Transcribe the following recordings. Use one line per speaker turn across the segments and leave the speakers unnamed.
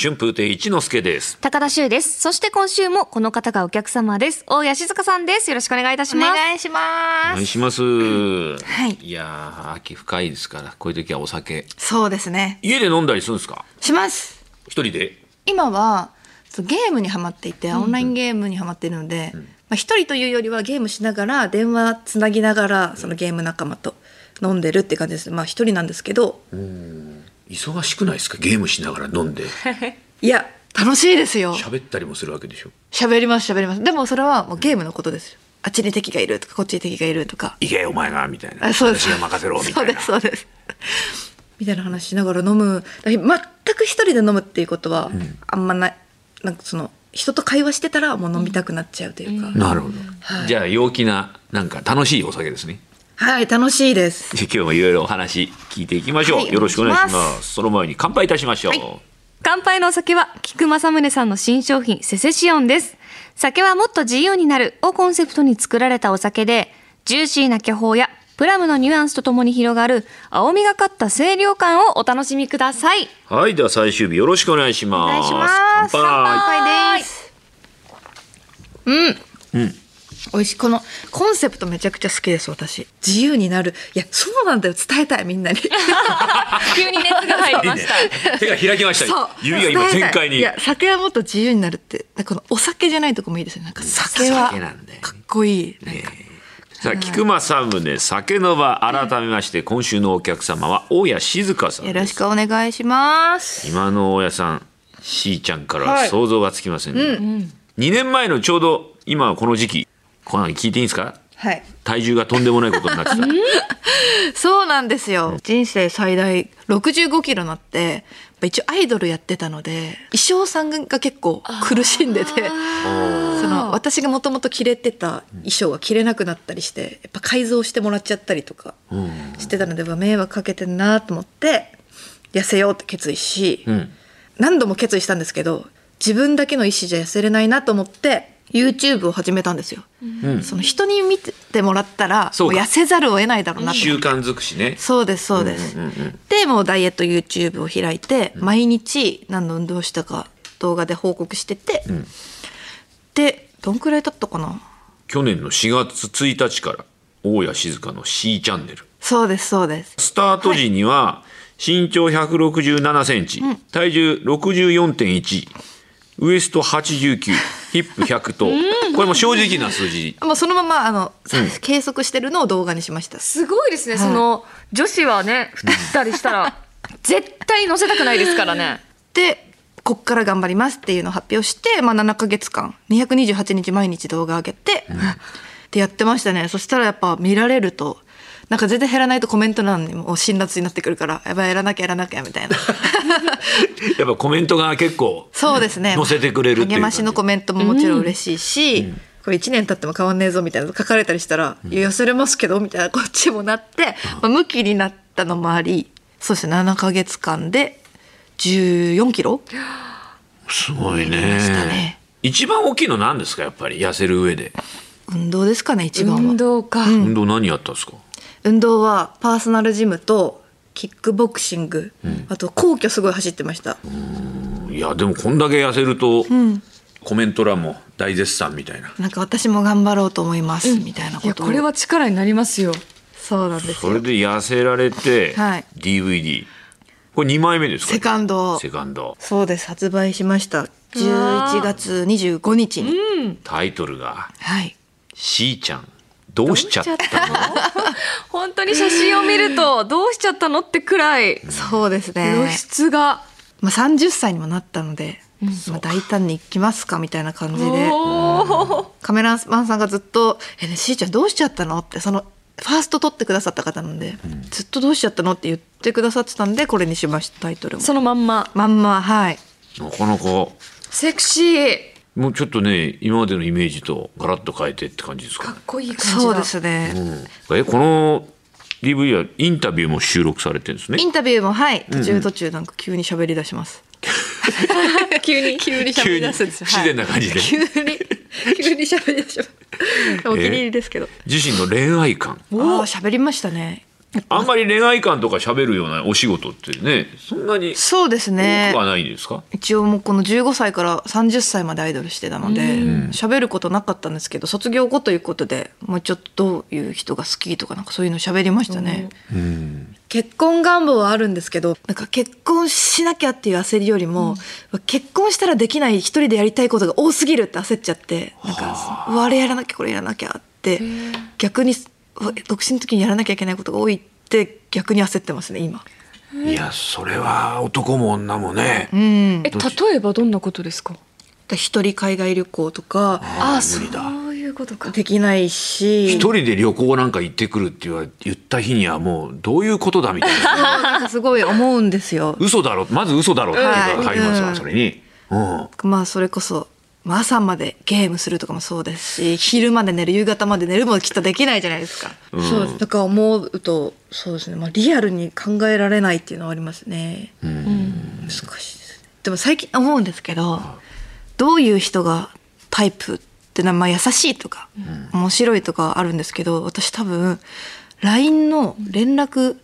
春風亭一之輔です。
高田修です。そして今週もこの方がお客様です。大谷静香さんです。よろしくお願いいたし
お
ます。
願いし
お
ま
願い
す。
します。
はい
いやー、秋深いですから、こういう時はお酒。
そうですね。
家で飲んだりするんですか
します。
一人で
今はそうゲームにハマっていて、オンラインゲームにハマっているので、まあ一人というよりはゲームしながら電話つなぎながらそのゲーム仲間と飲んでるって感じです。まあ一人なんですけど、
忙しくないですかゲームしながら飲んで。
いや楽しいですよ。
喋ったりもするわけでしょ。
喋ります喋ります。でもそれはもうゲームのことですよ。あっちに敵がいるとかこっちに敵がいるとか。
いけお前が、みたいな。
あそうです。
私が任せろ、みたいな。
そうですそうです。みたいな話しながら飲む。だ全く一人で飲むっていうことはあんまない。なんかその人と会話してたらもう飲みたくなっちゃうというか。
なるほど。
はい
じゃあ、陽気な、なんか楽しいお酒ですね。
はい楽しいです。
じゃあ今日もいろいろお話聞いていきましょう。
はい
よろしくお願いしま。
お願いします
その前に乾杯いたしましょう。
はい
乾杯のお酒は菊正宗さんの新商品セセシオンです酒はもっと自由になるをコンセプトに作られたお酒でジューシーな巨峰やプラムのニュアンスとともに広がる青みがかった清涼感をお楽しみください
はい、では最終日よろしくお願いします。
お願いします
乾杯。
乾杯です
美味しいこのコンセプトめちゃくちゃ好きです私。自由になるいやそうなんだよ伝えたいみん なに。
急に熱が入りま
いい
し
ね
た
手が開きまし
そう
た。指が今全開に。
いや酒はもっと自由になるってなんかこのお酒じゃないとこもいいですよなんか酒は
酒なんだよね
かっこいいなんか
さあ菊正宗酒の場改めまして今週のお客様は大谷静香さん
よ
で
ろ
す
しくお願いします
今の大谷さんしーちゃんからは
はい
想像がつきませんね、2年前のちょうど今この時期この聞いていいんですか
はい
体重がとんでもないことになってた
そうなんですよ人生最大65キロになってやっぱ一応アイドルやってたので衣装さんが結構苦しんでてその私がもともと着れてた衣装が着れなくなったりしてやっぱ改造してもらっちゃったりとか
ん
してたので、うわ迷惑かけてんなと思って痩せようって決意し、
ん
何度も決意したんですけど自分だけの意思じゃ痩せれないなと思って YouTube を始めたんですよ、その人に見てもらったら
そうか
もう痩せざるを得ないだろうなと思って
習慣づくしね
そうですそうです、でもうダイエット YouTube を開いて毎日何の運動をしたか動画で報告してて、でどんくらい経ったかな
去年の4月1日から大谷静香の C チャンネル
そうですそうです
スタート時には身長167センチ、体重64.1、ウエスト89、ヒップ100と、これも正直な数字。
もうそのままあの、計測してるのを動画にしました
すごいですね、その女子はね太ったりしたら 絶対乗せたくないですからね
でこっから頑張りますっていうのを発表して、まあ、7ヶ月間228日毎日動画上げて、ってやってましたねそしたらやっぱ見られるとなんか全然減らないとコメント欄にも辛辣になってくるからやばいやらなきゃやらなきゃみたい
や
な
っぱコメントが結構、
そうですね
載せてくれるっていう
励
感
ま
じ
しのコメントももちろん嬉しいし、これ1年経っても変わんねえぞみたいなの書かれたりしたら「いや痩せれますけど」みたいなこっちもなって、まあ、向きになったのもありそうですね7ヶ月間で14キロ
すごい
りました
ね
ね。
一番大きいの何ですかやっぱり痩せる上で。
運動ですかね一番は
運動か、
運動何やったんですか
運動はパーソナルジムとキックボクシング、あと皇居すごい走ってました
いや、でもこんだけ痩せると、コメント欄も大絶賛みたいな。
なんか私も頑張ろうと思います、みたいなことを
力になりますよ
そうなんです
それ
よ
で痩せられて、
はい
DVD。これ2枚目ですか
セカンド
セカンド。
そうです発売しました11月25日に、
タイトルが。
はい
しーちゃんどうしちゃったの
本当に写真を見るとどうしちゃったのってくらい
そうです
露
ね、
出が、
まあ、30歳にもなったので、まあ、大胆に行きますかみたいな感じで
おー
カメラマンさんがずっと「えねしーちゃんどうしちゃったの?」ってそのファースト撮ってくださった方なんで、ずっと「どうしちゃったの?」って言ってくださってたんでこれにしましたタイトルも
そのまんま
まんまはい
なかなかも
セクシー
うちょっとね今までのイメージとガラッと変えてって感じですか
かっ
ね、
こいい感じだ
そう ですね、
えこの DV はインタビューも収録されてるんです
イ
ね
ンタビューもはい途中途中なんか急に喋り出します、急に急に喋り出すんですよ
急に自然な感じで
はい急に急に喋り出しますお気に入りですけど
自身の恋愛観
ああ喋りましたね
あんまり恋愛観とか喋るようなお仕事ってねそんなに
そうです
多
ね
くはないですか、
一応もうこの15歳から30歳までアイドルしてたので喋、ることなかったんですけど卒業後ということでもうちょっとどういう人が好きとかなんかそういうの喋りましたね、結婚願望はあるんですけどなんか結婚しなきゃっていう焦りよりも、結婚したらできない一人でやりたいことが多すぎるって焦っちゃってなんかうわあれやらなきゃこれやらなきゃって逆にうわ独身の時にやらなきゃいけないことが多いって逆に焦ってますね今。
いやそれは男も女もね、
うん
え例えばどんなことですか
だ一人海外旅行とか
あ
あ
ー無理だ
そういうことか
できないし
一人で旅行なんか行ってくるって言わ言った日にはもうどういうことだみたいな
なんかすごい思うんですよ。
嘘だろまず嘘だろっていうのが入ります
は
わ
い
それに、うん、
まあそれこそ、まあ、朝までゲームするとかもそうですし昼まで寝る夕方まで寝るもきっとできないじゃないですか。
うん
そうですだから思うとそうですね、まあ、リアルに考えられないっていうのはありますね。難しいですねでも最近思うんですけどどういう人がタイプってなまあ優しいとか、面白いとかあるんですけど私多分 LINE の連絡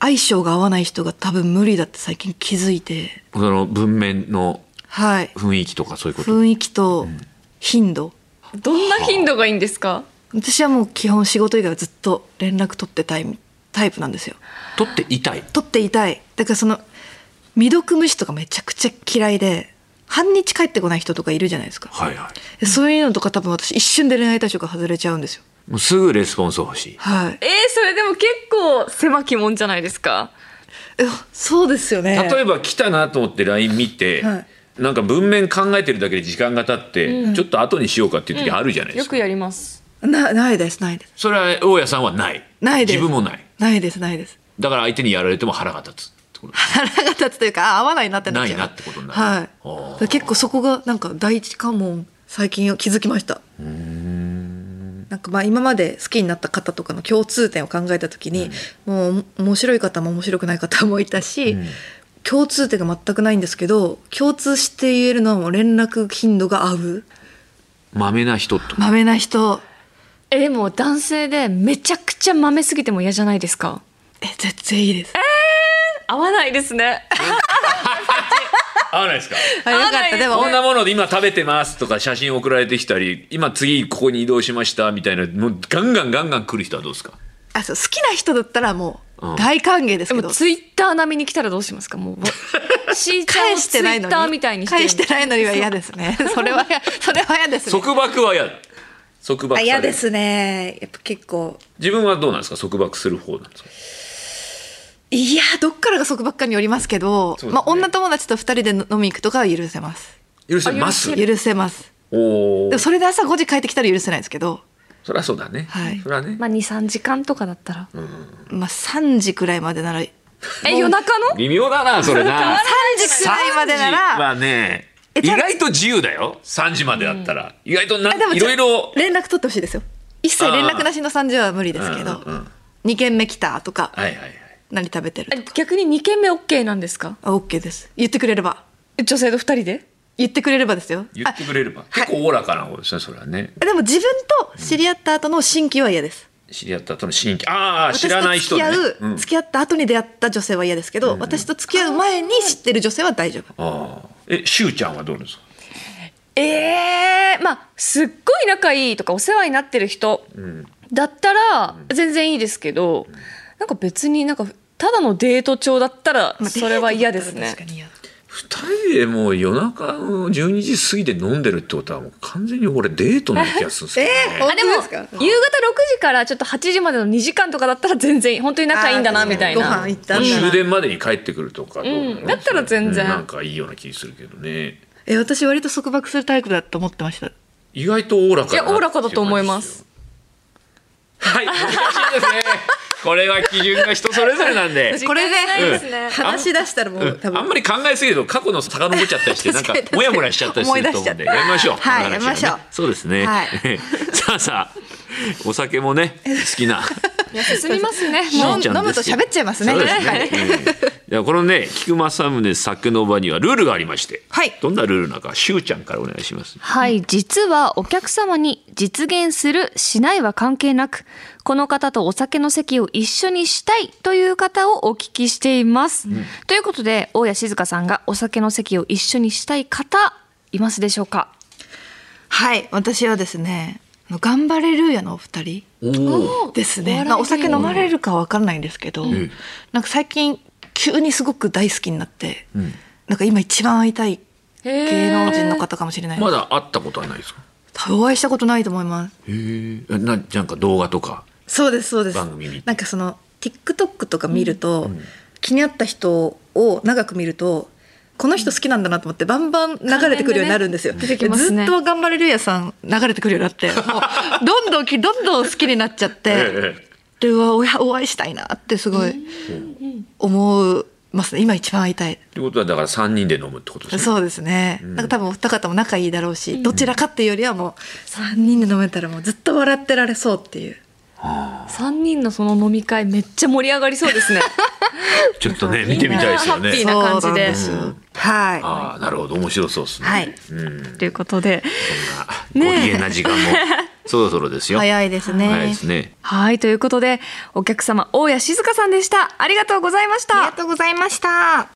相性が合わない人が多分無理だって最近気づいて
その文面の
はい
雰囲気とかそういうこと
雰囲気と頻度、
どんな頻度がいいんですか
私はもう基本仕事以外はずっと連絡取ってたいタイプなんですよ
取っていたい
取っていたいだからその未読無視とかめちゃくちゃ嫌いで半日帰ってこない人とかいるじゃないですか、
はいはい
そういうのとか多分私一瞬で恋愛対象から外れちゃうんですよ
もうすぐレスポンス欲しい
はい
えー、それでも結構狭きもんじゃないですか
えそうですよね
例えば来たなと思って LINE 見て、
はい
なんか文面考えてるだけで時間が経って、ちょっと後にしようかっていう時あるじゃないで
よ
すか、
くやります
なないですないです
それは大家さんはない
ないです
自分もない
ないですないです
だから相手にやられても腹が立つってこと
腹が立つというかあ合わないなってなっちゃう
ないなってことになるあ
はい
ー
結構そこがなんか第一関門最近気づきましたなんかまあ今まで好きになった方とかの共通点を考えた時に、もう面白い方も面白くない方もいたし、共通点が全くないんですけど共通して言えるのはもう連絡頻度が合う
まめな人 と
まめな人
えでも男性でめちゃくちゃ豆すぎても嫌じゃないですか
え絶対いいです
合わないですね
合わないですか
あよ
合
かっ
わない
た
です
でも
こんなもので今食べてますとか写真送られてきたり今次ここに移動しましたみたいなもうガンガンガンガン来る人はどうですか
あそう好きな人だったらも
うん
う大歓迎です
で
け
も
ど、
ツイッター並みに来たらどうしますかもう しーちゃんを
返し
ツイ
てないの
ッターみ
に
たいに
返して
い
ないのには嫌です ねそれはやそれは嫌ですね
束縛は嫌束縛さ
あ
れる
嫌ですねやっぱ結構
自分はどうなんですか束縛する方なんですか
いやどっからが束縛かによりますけど
そうですね
まあ、女友達と2人で飲み行くとかは許せます
許せます
許せます
おお
でもそれで朝5時帰ってきたら許せないですけど、
そりゃそうだね、
はい
そりゃね、
まあ23時間とかだったら
まあ、3時くらいまでなら3
え夜中の
微妙だなそれ な
時くらいまでな
3時
ら
はね
え
意
ただ
外と自由だよ3時までだったら、意外とな
あでも
い
ちょ
ろいろ
連絡取ってほしいですよ一切連絡なしの3時は無理ですけど、
うんうんうん
2軒目来たとか、
はいはいはい
何食べてる
え逆に2軒目 OK なんですか
あ OK です言ってくれれば
女性と2人で
言ってくれればですよ
言ってくれれば結構おおらかな方ですねそれはね
あでも自分と知り合った後の新規は嫌です
知り合った後の新規ああ
私
知らない人ね
と付き合う、
うん
付き合った後に出会った女性は嫌ですけど、私と付き合う前に知ってる女性は大丈夫
ああえしゅうちゃんはどうですか
えー、まあすっごい仲いいとかお世話になってる人だったら全然いいですけど、なんか別になんかただのデート帳だったらそれは嫌ですね
確か。に嫌
二人でもう夜中の12時過ぎで飲んでるってことはもう完全に俺デートの気がするんですけ ど、ね
えー
あでも夕方
本当ですか
6時からちょっと8時までの2時間とかだったら全然本当に仲いいんだなみたい
ご
な
飯行ったんだな
終電までに帰ってくるとかどうなの
うんだったら全然
うんなんかいいような気するけどね
え私割と束縛するタイプだと思ってました
意外とおおらかだなって
いやおおらかだと思います
はい難しいですねこれは基準が人それぞれな んで
時
こ
間
れ
ない
で、
ですすね
話し出したらもう多
あん
分
まり考えすぎると過去の遡っちゃったりしてなん
確
か
か に確かに
モヤモヤしちゃったりすると思うんでや
思い出しちゃっ
りましょうこの話
たはいやりましょう
ねそうですね、
はい
さあさあお酒もね好きな
進みますね
しんちゃんですよ
飲むと喋っちゃいますね
そうですね、うんではこのね菊正宗酒の場にはルールがありまして、
はい
どんなルールなのかしゅうちゃんからお願いします
はい、実はお客様に実現する、しないは関係なく、この方とお酒の席を一緒にしたいという方をお聞きしています。ということで、大谷静香さんがお酒の席を一緒にしたい方、いますでしょうか
はい私はですねあの頑張れるやのお二人
おお
です
お
ね、
笑い
まあ、お酒飲まれるかは分かんないんですけど、
ん
なんか最近急にすごく大好きになって、なんか今一番会いたい芸能人の方かもしれない、
まだ会ったことはないですか
多分お会いしたことないと思います
へええななんか動画とか
そうですそうです
番組見て
なんかその TikTok とか見ると、気になった人を長く見るとこの人好きなんだなと思ってバンバン流れてくるようになるんですよ、
関連でね出てきますね
ずっと頑張れるやさん流れてくるようになってもうどんどんきどんどん好きになっちゃって、でうわおやお会いしたいなってすごい思いますね今一番会いたい
ってことはだから3人で飲むってことですね
そうですね、なんか多分お二方も仲いいだろうし、どちらかっていうよりはもう3人で飲めたらもうずっと笑ってられそうっていう
3人のその飲み会めっちゃ盛り上がりそう ですね
ちょっとね見てみたいですよね
みんなハッピーな感じで
そうなんですよはい
ああなるほど面白そうですね
はい
うんそんな
ということで
ご機嫌な時間 もそろそろですよ
早いですね
早いですね
はいということでお客様大谷静香さんでしたありがとうございました
ありがとうございました